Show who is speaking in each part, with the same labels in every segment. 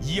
Speaker 1: 以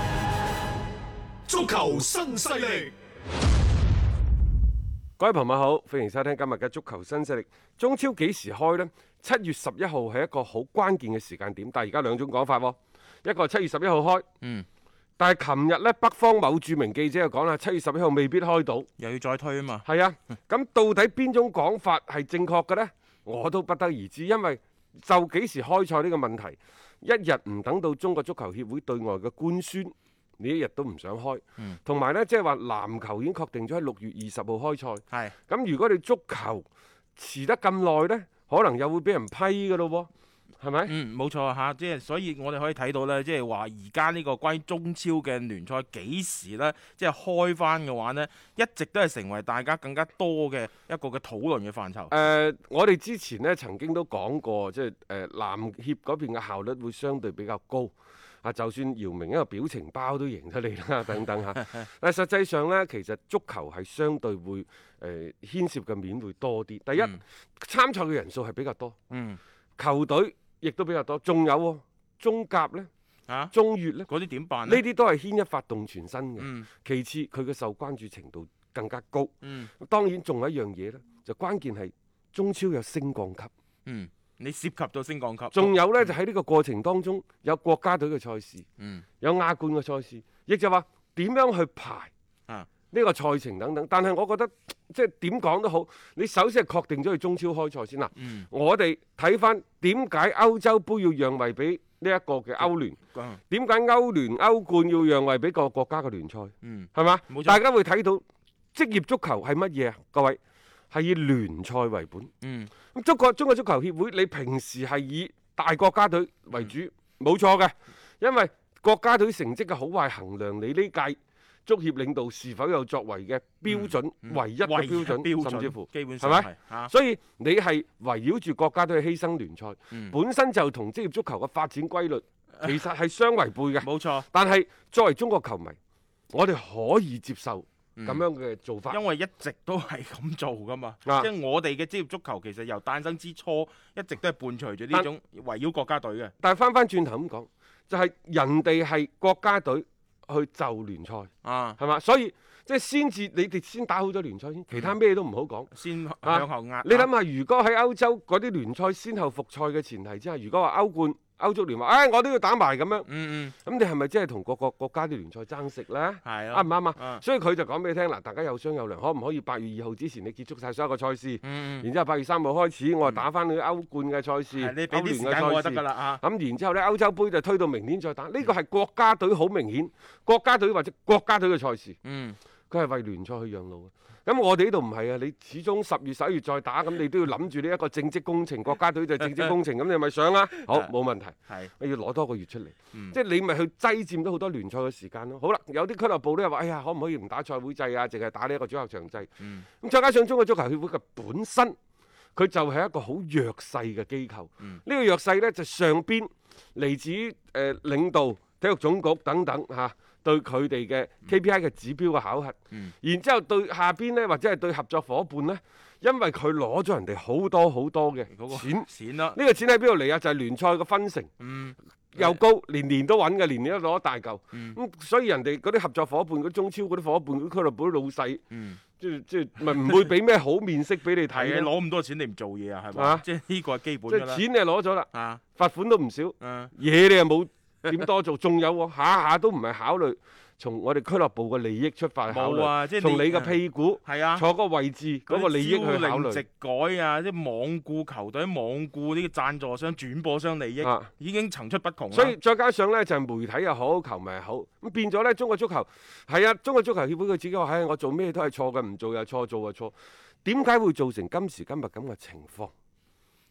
Speaker 1: 足球新勢力，
Speaker 2: 各位朋友好，歡迎收聽今日嘅足球新勢力。中超幾時開呢？七月十一號係一個好關鍵嘅時間點，但係而家兩種講法喎，一個係七月十一號開，嗯，但係琴日呢，北方某著名記者就講啦，七月十一號未必開到，
Speaker 3: 又要再推啊嘛，
Speaker 2: 係啊，咁到底邊種講法係正確嘅呢？我都不得而知，因為就幾時開賽呢個問題，一日唔等到中國足球協會對外嘅官宣，你一日都唔想開。同埋呢，即係話籃球已經確定咗喺六月二十號開賽。
Speaker 3: 係
Speaker 2: 咁如果你足球遲得咁耐呢，可能又會俾人批嘅咯喎，係咪？
Speaker 3: 嗯冇錯嚇，即係所以我哋可以睇到咧，即係話而家呢個關於中超嘅聯賽幾時咧，即係開翻嘅話呢，一直都係成為大家更加多嘅一個嘅討論嘅範
Speaker 2: 誒、。
Speaker 3: 疇
Speaker 2: 我哋之前咧曾經都講過，即係誒籃協嗰邊嘅效率會相對比較高。啊，就算姚明一個表情包都贏得你 啦，等等嚇。但係實際上呢，其實足球係相對會誒、呃、牽涉嘅面會多啲。第一，
Speaker 3: 嗯
Speaker 2: 參賽嘅人數係比較多，
Speaker 3: 嗯
Speaker 2: 球隊亦都比較多，仲有喎、中甲呢，
Speaker 3: 嚇，
Speaker 2: 中乙呢，
Speaker 3: 嗰啲點辦
Speaker 2: 呢
Speaker 3: 呢？
Speaker 2: 啲都係牽一發動全身嘅。
Speaker 3: 啊嗯
Speaker 2: 其次，佢嘅受關注程度更加高。
Speaker 3: 嗯
Speaker 2: 當然，仲有一樣嘢呢，就關鍵係中超有升降級。
Speaker 3: 嗯，你涉及到升降級，
Speaker 2: 仲有呢，就喺呢個過程當中，有國家隊嘅賽事，
Speaker 3: 嗯
Speaker 2: 有亞冠嘅賽事，亦就話點樣去排
Speaker 3: 啊
Speaker 2: 呢個賽程等等。但係我覺得即係點講都好，你首先係確定咗去中超開賽先啦。
Speaker 3: 嗯
Speaker 2: 我哋睇翻點解歐洲杯要讓位俾呢一個嘅歐聯，
Speaker 3: 嗯
Speaker 2: 點解歐聯歐冠要讓位俾個國家嘅聯賽，
Speaker 3: 嗯
Speaker 2: 係嘛？
Speaker 3: 冇錯
Speaker 2: 大家會睇到職業足球係乜嘢啊？各位係以聯賽為本。
Speaker 3: 嗯
Speaker 2: 咁中國中國足球協會，你平時係以大國家隊為主，
Speaker 3: 嗯
Speaker 2: 冇錯嘅，因為國家隊成績嘅好壞衡量你呢屆足協領導是否有作為嘅標準，
Speaker 3: 嗯
Speaker 2: 唯一嘅
Speaker 3: 唯
Speaker 2: 標準，
Speaker 3: 標
Speaker 2: 甚至乎。
Speaker 3: 基本上
Speaker 2: 係
Speaker 3: 係嚇，
Speaker 2: 所以你係圍繞住國家隊去犧牲聯賽，
Speaker 3: 嗯
Speaker 2: 本身就同職業足球嘅發展規律其實係相違背嘅。
Speaker 3: 冇錯，
Speaker 2: 但係作為中國球迷，我哋可以接受
Speaker 3: 嗯
Speaker 2: 咁樣嘅做法。
Speaker 3: 因為一直都係咁做噶嘛，
Speaker 2: 啊
Speaker 3: 即係我哋嘅職業足球其實由誕生之初一直都係伴隨住呢種圍繞國家隊嘅，
Speaker 2: 但係翻翻轉頭咁講，就係、人哋係國家隊去就聯賽，
Speaker 3: 啊，
Speaker 2: 係嘛？所以即係先至你哋先打好咗聯賽先，其他咩都唔好講。
Speaker 3: 先
Speaker 2: 啊
Speaker 3: 向後壓。
Speaker 2: 你諗下，如果喺歐洲嗰啲聯賽先後復賽嘅前提之下，如果話歐冠、歐足聯話，唉、我都要打埋咁樣，
Speaker 3: 嗯
Speaker 2: 咁你係咪真係同各個國家啲聯賽爭食呢？
Speaker 3: 嗯，係
Speaker 2: 啱
Speaker 3: 啊
Speaker 2: 唔，啱啊？
Speaker 3: 啊
Speaker 2: 所以佢就講俾你聽嗱，大家有商有量，可唔可以八月二號之前你結束晒所有嘅賽事，
Speaker 3: 嗯，
Speaker 2: 然之後八月三號開始，我打翻去歐冠嘅賽事、
Speaker 3: 係你俾
Speaker 2: 嗯歐
Speaker 3: 啲
Speaker 2: 聯
Speaker 3: 時間
Speaker 2: 嘅賽
Speaker 3: 我就得
Speaker 2: 事
Speaker 3: 㗎。啦啊，
Speaker 2: 咁然之後呢，歐洲杯就推到明年再打。呢個係國家隊好明顯，國家隊或者國家隊嘅賽事，
Speaker 3: 嗯，
Speaker 2: 佢係為聯賽去讓路嘅。咁我哋呢度唔係啊，你始終十月、十一月再打，咁你都要諗住呢一個政績工 程，國家隊就政績工程，咁你咪上啊？好，冇問題，
Speaker 3: 係，
Speaker 2: 你要攞多個月出嚟，
Speaker 3: 嗯
Speaker 2: 即係你咪去擠佔咗好多聯賽嘅時間咯。好啦，有啲俱樂部呢話，哎呀，可唔可以唔打賽會制啊，淨係打呢一個組合場制？
Speaker 3: 嗯
Speaker 2: 咁再加上中國足球協會嘅本身，佢就係一個好弱勢嘅機構。呢、
Speaker 3: 嗯
Speaker 2: 個弱勢呢，就上邊嚟自於誒、呃、領導、體育總局等等嚇、對佢哋嘅 KPI 嘅指標嘅考核。
Speaker 3: 嗯
Speaker 2: 然之後對下邊呢，或者係對合作伙伴呢，因為佢攞咗人哋好多好多嘅
Speaker 3: 嗰個
Speaker 2: 錢。呢
Speaker 3: 錢啦，
Speaker 2: 個錢喺邊度嚟啊？就係、聯賽嘅分成
Speaker 3: 嗯
Speaker 2: 又高，年年都揾嘅，年年都攞大嚿。咁、
Speaker 3: 嗯
Speaker 2: 所以人哋嗰啲合作伙伴、嗰啲中超嗰啲伙伴、嗰啲俱樂部啲老細。
Speaker 3: 嗯，
Speaker 2: 即係即係咪唔會俾咩好面色俾你
Speaker 3: 係啊，
Speaker 2: 睇咯？
Speaker 3: 攞咁多錢你唔做嘢啊，係
Speaker 2: 啊
Speaker 3: 嘛？即係呢個係基本
Speaker 2: 即
Speaker 3: 㗎
Speaker 2: 係
Speaker 3: 啦，
Speaker 2: 錢你係攞咗啦，
Speaker 3: 啊，
Speaker 2: 罰款都唔少，嘢
Speaker 3: 嗯
Speaker 2: 你又冇點多做？仲有喎，下下都唔係考慮從我哋俱樂部嘅利益出發去考
Speaker 3: 冇啊即
Speaker 2: 慮，
Speaker 3: 係
Speaker 2: 從
Speaker 3: 你
Speaker 2: 你嘅屁股
Speaker 3: 係啊。
Speaker 2: 坐嗰個位置嗰個利益去考
Speaker 3: 嗰啲朝令夕
Speaker 2: 慮。
Speaker 3: 改啊，即係罔顧球隊、罔顧呢個贊助商、轉播商利益，
Speaker 2: 啊
Speaker 3: 已經層出不窮啦。
Speaker 2: 所以再加上呢，就係、媒體又好，球迷又好，咁變咗呢，中國足球係啊，中國足球協會佢自己話：，唉、我做咩都係錯嘅，唔做又錯，做又錯。點解會造成今時今日咁嘅情況？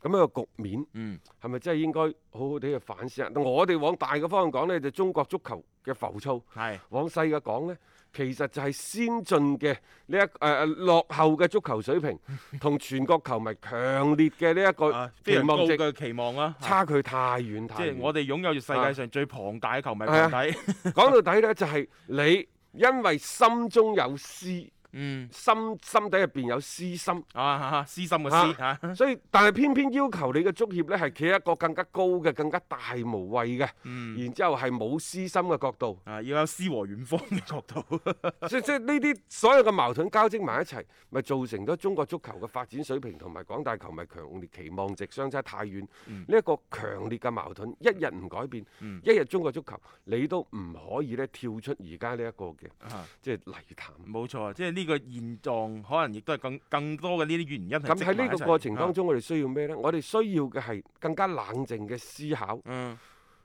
Speaker 2: 咁樣嘅局面，
Speaker 3: 嗯
Speaker 2: 係咪真係應該好好地去反思下？我哋往大嘅方向講呢，就中國足球嘅浮躁。
Speaker 3: 係
Speaker 2: 往細嘅講呢，其實就係先進嘅呢一誒、呃落後嘅足球水平，同全國球迷強烈嘅呢一個
Speaker 3: 啊非
Speaker 2: 期
Speaker 3: 常高
Speaker 2: 望值
Speaker 3: 嘅期望啦。啊
Speaker 2: 差啊距太遠
Speaker 3: 即
Speaker 2: 太
Speaker 3: 係
Speaker 2: 遠。
Speaker 3: 我哋擁有住世界上最龐大嘅球迷群
Speaker 2: 啊
Speaker 3: 體。
Speaker 2: 講到底呢，就係、你因為心中有私，心
Speaker 3: 嗯
Speaker 2: 心底入邊有私心，
Speaker 3: 啊哈哈，私心嘅私嚇，啊
Speaker 2: 所以但係偏偏要求你嘅足協呢，係企喺一個更加高嘅、更加大無畏嘅，
Speaker 3: 嗯
Speaker 2: 然之後係冇私心嘅角度。
Speaker 3: 啊要有詩和遠方嘅角度。
Speaker 2: 即即呢啲所有嘅矛盾交織埋一齊，咪造成咗中國足球嘅發展水平同埋廣大球迷強烈期望值相差太遠。
Speaker 3: 嗯
Speaker 2: 呢一、個強烈嘅矛盾，一日唔改變，一日中國足球你都唔可以咧跳出而家呢一個嘅
Speaker 3: 啊
Speaker 2: 即係泥潭。
Speaker 3: 冇錯，即係呢個現狀，可能亦都係更更多嘅呢啲原因係
Speaker 2: 咁喺
Speaker 3: 積埋
Speaker 2: 呢
Speaker 3: 一齊啊
Speaker 2: 個過程當，中，我哋需要咩呢？我哋需要嘅係更加冷靜嘅思考，
Speaker 3: 啊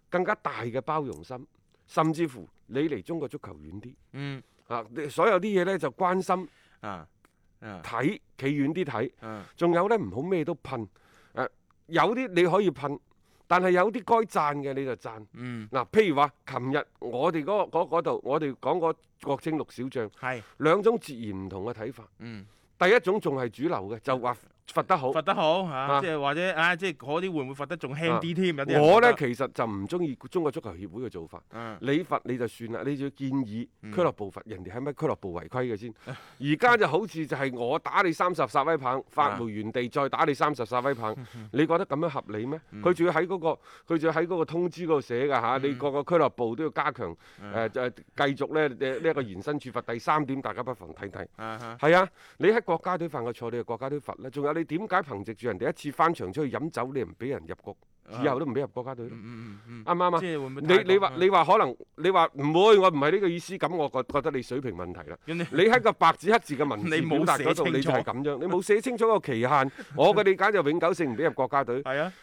Speaker 2: 更加大嘅包容心，甚至乎你離中國足球遠啲
Speaker 3: 嗯
Speaker 2: 啊！你所有啲嘢呢，就關心
Speaker 3: 嗯啊啊
Speaker 2: 睇，企遠啲睇。
Speaker 3: 啊
Speaker 2: 仲有呢，唔好咩都噴，誒、有啲你可以噴，但係有啲該讚嘅你就讚。
Speaker 3: 嗯
Speaker 2: 嗱、譬如話，琴日我哋嗰嗰嗰度，我哋講嗰國青六小將，
Speaker 3: 係
Speaker 2: 兩種截然唔同嘅睇法。
Speaker 3: 嗯
Speaker 2: 第一種仲係主流嘅，就話罰得好。
Speaker 3: 罰得好嚇，
Speaker 2: 啊
Speaker 3: 即係或者啊，即係嗰啲會唔會罰得仲輕啲添？有啲人
Speaker 2: 我呢，
Speaker 3: 覺
Speaker 2: 其實就唔中意中國足球協會嘅做法。
Speaker 3: 得啊
Speaker 2: 你罰你就算啦，你仲要建議
Speaker 3: 嗯啊
Speaker 2: 俱樂部罰人哋係咪俱樂部違規嘅先？而家就好似就係我打你三十殺威棒，發回原地再打你三十殺威
Speaker 3: 嗯
Speaker 2: 棒，你覺得咁樣合理咩？佢仲要喺嗰個佢仲要喺嗰個通知嗰度寫㗎
Speaker 3: 嗯
Speaker 2: 吓，你各個俱樂部都要加強誒誒繼續咧呢呢一個延伸處罰。第三點，大家不妨睇睇。
Speaker 3: 啊哈
Speaker 2: 係啊，你喺國家隊犯嘅錯，你係國家隊罰啦。仲有你點解憑藉住人哋一次翻牆出去飲酒，你唔俾人入局，以後都唔俾入國家隊咧？
Speaker 3: 啊嗯嗯嗯
Speaker 2: 啱唔啱啊
Speaker 3: 嗯，即？係會唔會太
Speaker 2: 你你話
Speaker 3: 過
Speaker 2: 你話可能你話唔會，我唔係呢個意思，咁我覺覺得你水平問 題啦。
Speaker 3: 咁你
Speaker 2: 你喺個白紙黑字嘅文字
Speaker 3: 你冇
Speaker 2: 表達嗰度，
Speaker 3: 寫清
Speaker 2: 你
Speaker 3: 楚
Speaker 2: 就係咁樣，你冇寫清楚個期 限。我嘅理解就永久性唔俾入國家隊。
Speaker 3: 係啊，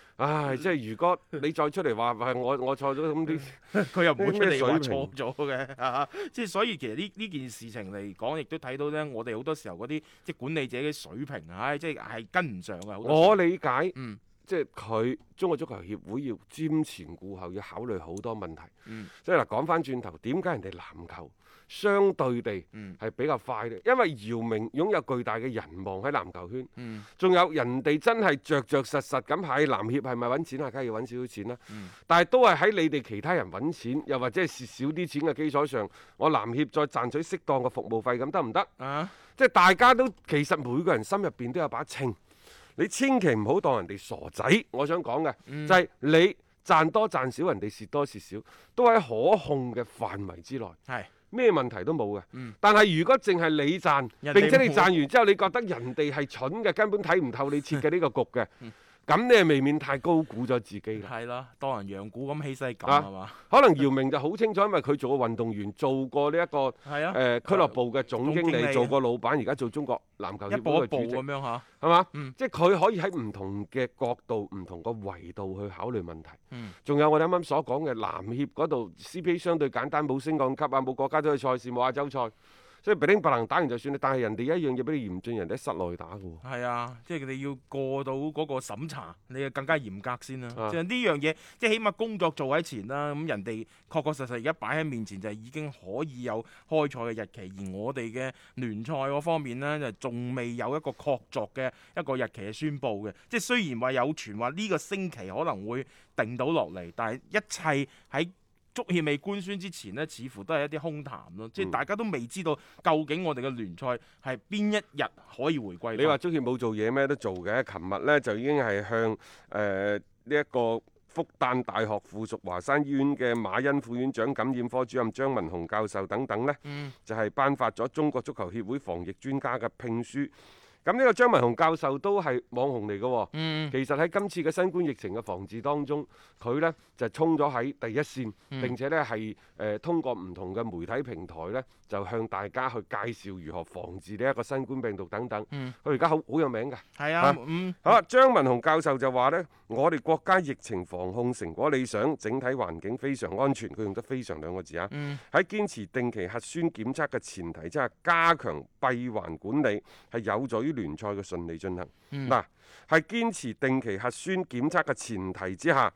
Speaker 2: 唉，即係如果你再出嚟話係我我錯咗咁啲，
Speaker 3: 佢又唔會出嚟話
Speaker 2: 咩水
Speaker 3: 錯咗嘅，啊即係所以其實呢呢件事情嚟講，亦都睇到咧，我哋好多時候嗰啲即係管理者嘅水平，唉，即係係跟唔上嘅。好多時候
Speaker 2: 我理解
Speaker 3: 嗯
Speaker 2: 即係佢中國足球協會要瞻前顧後，要考慮好多問題
Speaker 3: 嗯。
Speaker 2: 即係嗱，講翻轉頭，點解人哋籃球相對地
Speaker 3: 嗯
Speaker 2: 係比較快呢？因為姚明擁有巨大嘅人望喺籃球圈。
Speaker 3: 嗯
Speaker 2: 仲有人哋真係着着實實咁喺籃協係咪揾錢啊？梗係要揾少少錢啦。
Speaker 3: 嗯
Speaker 2: 但係都係喺你哋其他人揾錢，又或者係蝕少啲錢嘅基礎上，我籃協再賺取適當嘅服務費，咁得唔得？
Speaker 3: 啊
Speaker 2: 即係大家都其實每個人心入邊都有把秤，你千祈唔好當人哋傻仔。我想講嘅、
Speaker 3: 嗯
Speaker 2: 就係你賺多賺少，人哋蝕多蝕少，都喺可控嘅範圍之內。
Speaker 3: 係
Speaker 2: 咩問題都冇嘅。
Speaker 3: 嗯
Speaker 2: 但係如果淨係你賺，
Speaker 3: 人哋
Speaker 2: 並且你
Speaker 3: 冇
Speaker 2: 賺完之後，你覺得人哋係蠢嘅，根本睇唔透你設嘅呢個局 嘅，
Speaker 3: 嗯
Speaker 2: 咁你係未免太高估咗自己啦。
Speaker 3: 係啦，當人養股咁起勢咁
Speaker 2: 啊
Speaker 3: 係嘛？
Speaker 2: 可能姚明就好清楚，因為佢做過運動員，做過呢、一個誒、
Speaker 3: 係啊，
Speaker 2: 呃、俱樂部嘅總經
Speaker 3: 總經理啊
Speaker 2: 理，做過老闆，而家做中國籃球
Speaker 3: 一
Speaker 2: 協
Speaker 3: 步
Speaker 2: 會
Speaker 3: 一
Speaker 2: 嘅主
Speaker 3: 步
Speaker 2: 席
Speaker 3: 咁，樣嚇。
Speaker 2: 係嘛？
Speaker 3: 嗯
Speaker 2: 即係佢可以喺唔同嘅角度、唔同嘅維度去考慮問題。
Speaker 3: 嗯
Speaker 2: 仲有我哋啱啱所講嘅籃協嗰度 CBA 相對簡單，冇升降級啊，冇國家隊嘅賽事，冇亞洲賽，所以比丁白能打完就算啦。但係人哋一樣嘢俾你嚴峻，人哋喺室內打嘅喎。
Speaker 3: 係啊，即係你要過到嗰個審查，你要更加嚴格先啦。
Speaker 2: 啊
Speaker 3: 即係呢樣嘢，即係起碼工作做喺前啦。咁人哋確確實實而家擺喺面前就係已經可以有開賽嘅日期，而我哋嘅聯賽嗰方面呢，就仲未有一個確鑿嘅一個日期嘅宣佈嘅。即係雖然話有傳話呢個星期可能會定到落嚟，但係一切喺足協未官宣之前呢，似乎都係一啲空談咯。即係
Speaker 2: 嗯
Speaker 3: 大家都未知道究竟我哋嘅聯賽係邊一日可以回歸。
Speaker 2: 你話足協冇做嘢咩都做嘅，琴日呢就已經係向誒呢一個復旦大學附屬華山醫院嘅馬恩副院長、感染科主任張文宏教授等等呢，
Speaker 3: 嗯
Speaker 2: 就係頒發咗中國足球協會防疫專家嘅聘書。咁呢個張文雄教授都係網紅嚟嘅喎。
Speaker 3: 嗯，
Speaker 2: 其實喺今次嘅新冠疫情嘅防治當中，佢呢就衝咗喺第一線，
Speaker 3: 嗯
Speaker 2: 並且呢係誒通過唔同嘅媒體平台呢，就向大家去介紹如何防治呢一個新冠病毒等等。
Speaker 3: 嗯
Speaker 2: 佢而家好好有名㗎。
Speaker 3: 係
Speaker 2: 啊
Speaker 3: 啊，嗯，
Speaker 2: 好啦，張文雄教授就話呢，我哋國家疫情防控成果理想，整體環境非常安全。佢用得非常兩個字啊。
Speaker 3: 嗯
Speaker 2: 喺堅持定期核酸檢測嘅前提之下，加強閉環管理係有助於聯賽嘅順利進行。
Speaker 3: 嗯
Speaker 2: 嗱、係堅持定期核酸檢測嘅前提之下，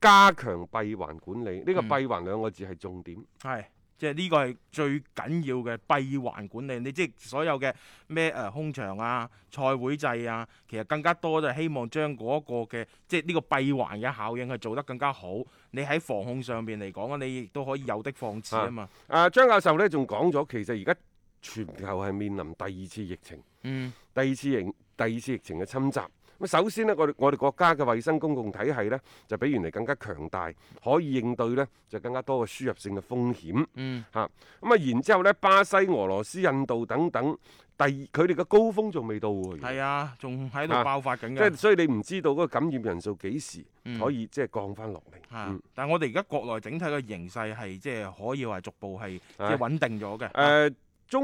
Speaker 2: 加強閉環管理。呢、個
Speaker 3: 嗯
Speaker 2: 閉環兩個字係重點。
Speaker 3: 係。即係呢個係最緊要嘅閉環管理，你即係所有嘅咩誒空場啊、賽會制啊，其實更加多就係希望將嗰個嘅即係呢個閉環嘅效應係做得更加好。你喺防控上邊嚟講，你亦都可以有的放矢啊嘛。
Speaker 2: 啊，張教授呢仲講咗，其實而家全球係面臨第二次疫情。
Speaker 3: 嗯
Speaker 2: 第二次疫第二次疫情嘅侵襲。咁首先呢，我哋我哋國家嘅衞生公共體系呢，就比原嚟更加強大，可以應對呢就更加多嘅輸入性嘅風險。
Speaker 3: 嗯
Speaker 2: 咁啊，然之後呢，巴西、俄羅斯、印度等等，第二佢哋嘅高峰仲未到喎。
Speaker 3: 係啊，仲喺度
Speaker 2: 啊
Speaker 3: 爆發緊
Speaker 2: 即
Speaker 3: 㗎
Speaker 2: 係。所以你唔知道嗰個感染人數幾時
Speaker 3: 嗯
Speaker 2: 可以即係降翻落嚟。
Speaker 3: 嚇！
Speaker 2: 嗯
Speaker 3: 啊但係我哋而家國內整體嘅形勢係即係可以話逐步係即
Speaker 2: 啊
Speaker 3: 係穩定咗嘅。
Speaker 2: 誒、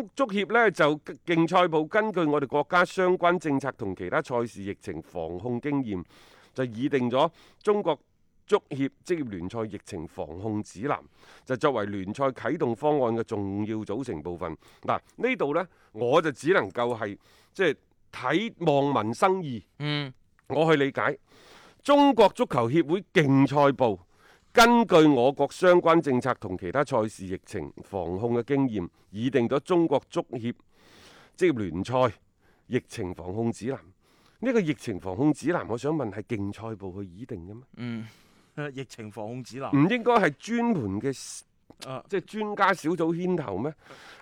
Speaker 2: 足足協呢，就競賽部根據我哋國家相關政策同其他賽事疫情防控經驗，就擬定咗中國足協職業聯賽疫情防控指南，就作為聯賽啟動方案嘅重要組成部分。嗱，呢度呢，我就只能夠係即係睇望民生義。
Speaker 3: 嗯
Speaker 2: 我去理解中國足球協會競賽部根據我國相關政策同其他賽事疫情防控嘅經驗，擬定咗中國足協職業聯賽疫情防控指南。呢、個疫情防控指南，我想問係競賽部去擬定嘅咩？
Speaker 3: 嗯， 疫情防控指南
Speaker 2: 唔應該係專門嘅
Speaker 3: 啊，
Speaker 2: 即係專家小組牽頭咩？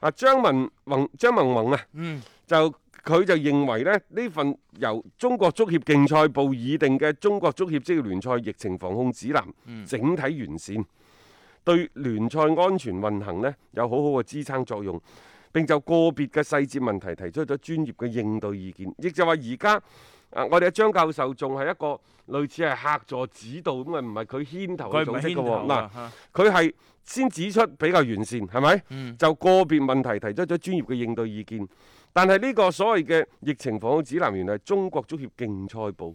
Speaker 2: 啊，張文宏、張文宏啊，
Speaker 3: 嗯
Speaker 2: 就佢就認為咧，呢份由中國足協競賽部擬定嘅《中國足協職業聯賽疫情防控指南》
Speaker 3: 嗯
Speaker 2: 整體完善，對聯賽安全運行呢有好好嘅支撐作用。並就個別嘅細節問題提出咗專業嘅應對意見，亦就話而家啊，我哋嘅張教授仲係一個類似係客座指導咁嘅，唔係佢牽頭
Speaker 3: 佢
Speaker 2: 去
Speaker 3: 唔
Speaker 2: 組
Speaker 3: 係
Speaker 2: 織嘅
Speaker 3: 牽
Speaker 2: 喎。
Speaker 3: 頭
Speaker 2: 嗱
Speaker 3: 啊，嚇
Speaker 2: 佢係先指出比較完善，係咪？
Speaker 3: 嗯
Speaker 2: 就個別問題提出咗專業嘅應對意見，但係呢個所謂嘅疫情防控指南，原來係中國足協競賽部。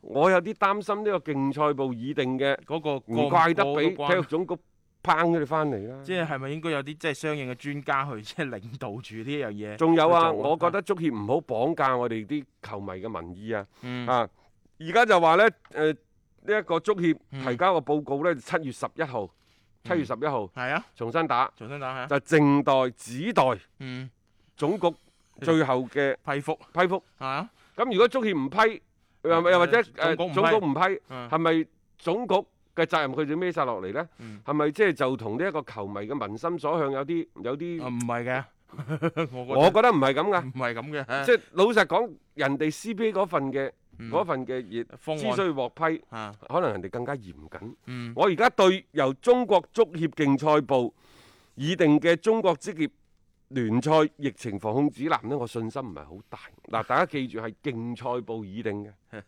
Speaker 2: 我有啲擔心呢個競賽部擬定嘅，
Speaker 3: 嗰個過
Speaker 2: 唔怪得
Speaker 3: 過
Speaker 2: 俾
Speaker 3: 個
Speaker 2: 體
Speaker 3: 關
Speaker 2: 育總局抨咗你翻嚟啦。
Speaker 3: 即係係咪應該有啲即係相應嘅專家去即 係領導住呢一樣嘢？
Speaker 2: 仲有啊，
Speaker 3: 去做
Speaker 2: 我覺得足協唔好綁架我哋啲球迷嘅民意啊！
Speaker 3: 嗯
Speaker 2: 啊，而家就話呢，誒呢一個足協
Speaker 3: 嗯
Speaker 2: 提交個報告呢，七月十一號，七月十一號
Speaker 3: 係啊，
Speaker 2: 重新打，
Speaker 3: 重新打下，
Speaker 2: 就靜待指待
Speaker 3: 嗯，
Speaker 2: 總局最後嘅
Speaker 3: 批覆
Speaker 2: 批覆。
Speaker 3: 係啊，
Speaker 2: 咁如果足協唔批，又又或者誒
Speaker 3: 嗯總
Speaker 2: 總
Speaker 3: 局唔批
Speaker 2: 局唔批，
Speaker 3: 嗯
Speaker 2: 係咪總局嘅責任佢就孭晒落嚟呢
Speaker 3: 嗯？
Speaker 2: 係咪即係就同呢一個球迷嘅民心所向有啲有
Speaker 3: 啊
Speaker 2: 啲？
Speaker 3: 唔係嘅， 我
Speaker 2: 嗯我
Speaker 3: 覺得
Speaker 2: 覺得唔係咁噶，
Speaker 3: 唔係咁嘅，
Speaker 2: 即係老實講，人哋 CBA 嗰份嘅
Speaker 3: 嗯
Speaker 2: 嗰份嘅嘢
Speaker 3: 方
Speaker 2: 之所
Speaker 3: 案
Speaker 2: 以獲批，
Speaker 3: 啊，
Speaker 2: 可能人哋更加嚴謹。
Speaker 3: 嗯
Speaker 2: 我而家對由中國足協競賽部擬定嘅中國職業聯賽疫情防控指南呢，我信心唔係好大。嗱，大家記住係競賽部擬定 嘅。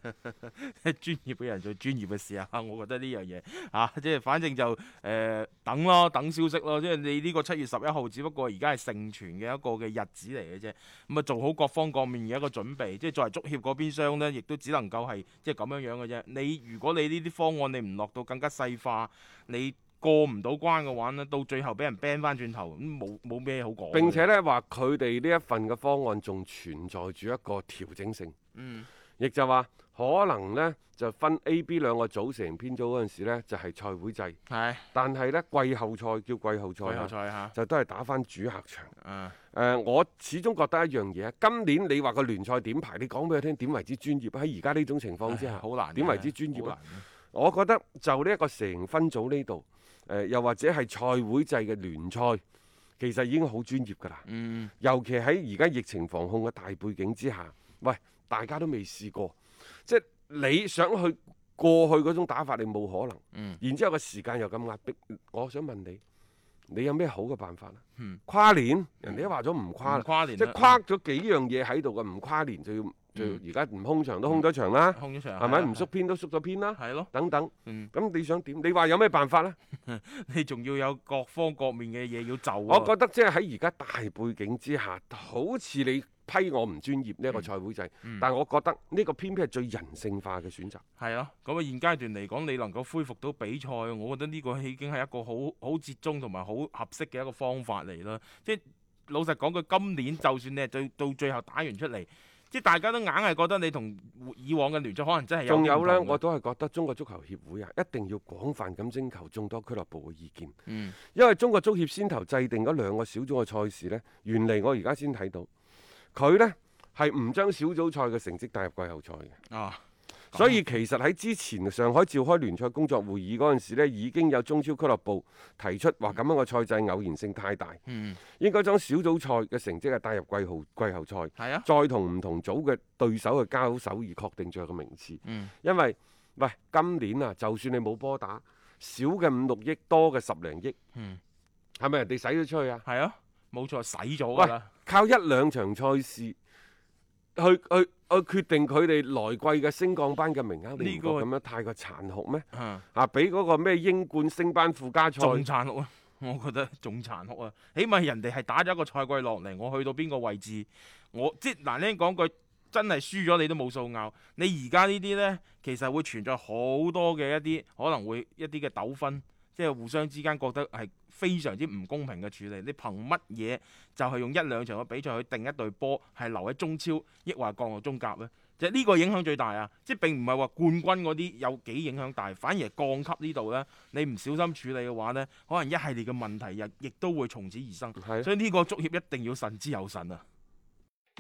Speaker 3: 專業嘅人做專業嘅事啊！我覺得呢樣嘢啊， 即係反正就誒、呃等咯，等消息咯。即係你呢個七月十一號，只不過而家係盛傳嘅一個嘅日子嚟嘅啫。咁啊，做好各方各面嘅一個準備。即係作為足協嗰邊商呢，亦都只能夠係即係咁樣樣嘅啫。你如果你呢啲方案你唔落到更加細化，你過唔到關嘅話呢，到最後俾人 ban 翻轉頭，咁冇冇咩好講嘅。
Speaker 2: 並且呢話佢哋呢一份嘅方案仲存在住一個調整性，
Speaker 3: 嗯
Speaker 2: 亦就話可能呢就分 A、B 兩個組成編組嗰陣時呢就係、賽會制，
Speaker 3: 係
Speaker 2: 但係呢季後賽叫季後賽
Speaker 3: 季
Speaker 2: 啊，
Speaker 3: 後賽嚇，
Speaker 2: 就都係打翻主客場。
Speaker 3: 嗯
Speaker 2: 誒、我始終覺得一樣嘢，今年你話個聯賽點排，你講俾我聽點為之專業啊？喺而家呢種情況之下，
Speaker 3: 好難嘅
Speaker 2: 點為之專業
Speaker 3: 好
Speaker 2: 啊
Speaker 3: 難嘅？
Speaker 2: 我覺得就呢一個成分組呢度，誒、又或者係賽會制嘅聯賽，其實已經好專業㗎啦。
Speaker 3: 嗯
Speaker 2: 尤其喺而家疫情防控嘅大背景之下，喂，大家都未試過，即係你想去過去嗰種打法，你冇可能。
Speaker 3: 嗯
Speaker 2: 然之後個時間又咁壓迫，我想問你，你有咩好嘅辦法咧？啊
Speaker 3: 嗯
Speaker 2: 跨年人哋都話咗唔跨啦，
Speaker 3: 跨年
Speaker 2: 啊
Speaker 3: 啊
Speaker 2: 即
Speaker 3: 啦
Speaker 2: 係跨咗幾樣嘢喺度嘅，唔跨年就要就要
Speaker 3: 嗯
Speaker 2: 而家唔空場都空咗場啦，
Speaker 3: 空咗場
Speaker 2: 係咪？
Speaker 3: 係啊
Speaker 2: 唔縮編都縮咗編啦，
Speaker 3: 係咯，
Speaker 2: 等等。
Speaker 3: 嗯，
Speaker 2: 咁你想點？你話有咩辦法呢？
Speaker 3: 你仲要有各方各面嘅嘢要就啊喎。
Speaker 2: 我覺得即係喺而家大背景之下，好似你批我唔專業呢一個賽會制，
Speaker 3: 嗯
Speaker 2: 但我覺得呢個偏偏係最人性化嘅選擇。
Speaker 3: 係咯，咁啊現階段嚟講，你能夠恢復到比賽，我覺得呢個已經係一個好好折中同埋好合適嘅一個方法嚟啦。即係老實講，佢今年就算你係最到最後打完出嚟，即係大家都硬係覺得你同以往嘅聯賽可能真係有
Speaker 2: 仲有呢，
Speaker 3: 啲唔同嘅啊
Speaker 2: 我都係覺得中國足球協會啊，一定要廣泛咁徵求眾多俱樂部嘅意見，
Speaker 3: 嗯
Speaker 2: 因為中國足協先頭制定嗰兩個小組嘅賽事呢，原嚟我而家先睇到，佢呢係唔將小組賽嘅成績帶入季後賽嘅。
Speaker 3: 啊，
Speaker 2: 所以其實喺之前上海召開聯賽工作會議嗰陣時咧，已經有中超俱樂部提出話咁樣個賽制偶然性太大，
Speaker 3: 嗯
Speaker 2: 應該將小組賽嘅成績係啊帶入季後季後賽，
Speaker 3: 係啊，
Speaker 2: 再同唔同組嘅對手去交手而確定最後嘅名次。
Speaker 3: 嗯
Speaker 2: 因為喂，今年啊，就算你冇波打，少嘅五六億，多嘅十零億，
Speaker 3: 嗯
Speaker 2: 係咪人哋使咗出去啊？
Speaker 3: 係啊，冇錯，洗咗㗎啦，
Speaker 2: 靠一兩場賽事去去去決定佢哋來季嘅升降班嘅名額，你
Speaker 3: 呢
Speaker 2: 唔覺
Speaker 3: 個
Speaker 2: 咁樣太過殘酷咩？
Speaker 3: 嗯。
Speaker 2: 啊，俾嗰個咩英冠升班附加賽，
Speaker 3: 仲殘酷啊！我覺得仲殘酷啊！起碼人哋係打咗一個賽季落嚟，我去到邊個位置，我即係難聽講句，真係輸咗你都冇數拗。你而家呢啲呢，其實會存在好多嘅一啲可能會一啲嘅糾紛，即係互相之間覺得係非常之唔公平嘅處理。你憑乜嘢就係用一兩場嘅比賽去定一隊波係留喺中超，抑或降落中甲呢？即係呢個影響最大啊！即係並唔係話冠軍嗰啲有幾影響大，反而係降級呢度呢。你唔小心處理嘅話呢，可能一系列嘅問題亦亦都會從此而生。
Speaker 2: 係啊
Speaker 3: 所以呢個足協一定要慎之又慎啊！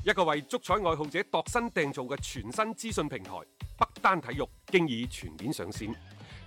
Speaker 2: 一個為足彩愛好者度身訂造嘅全新資訊平台北單體育，經已全面上線。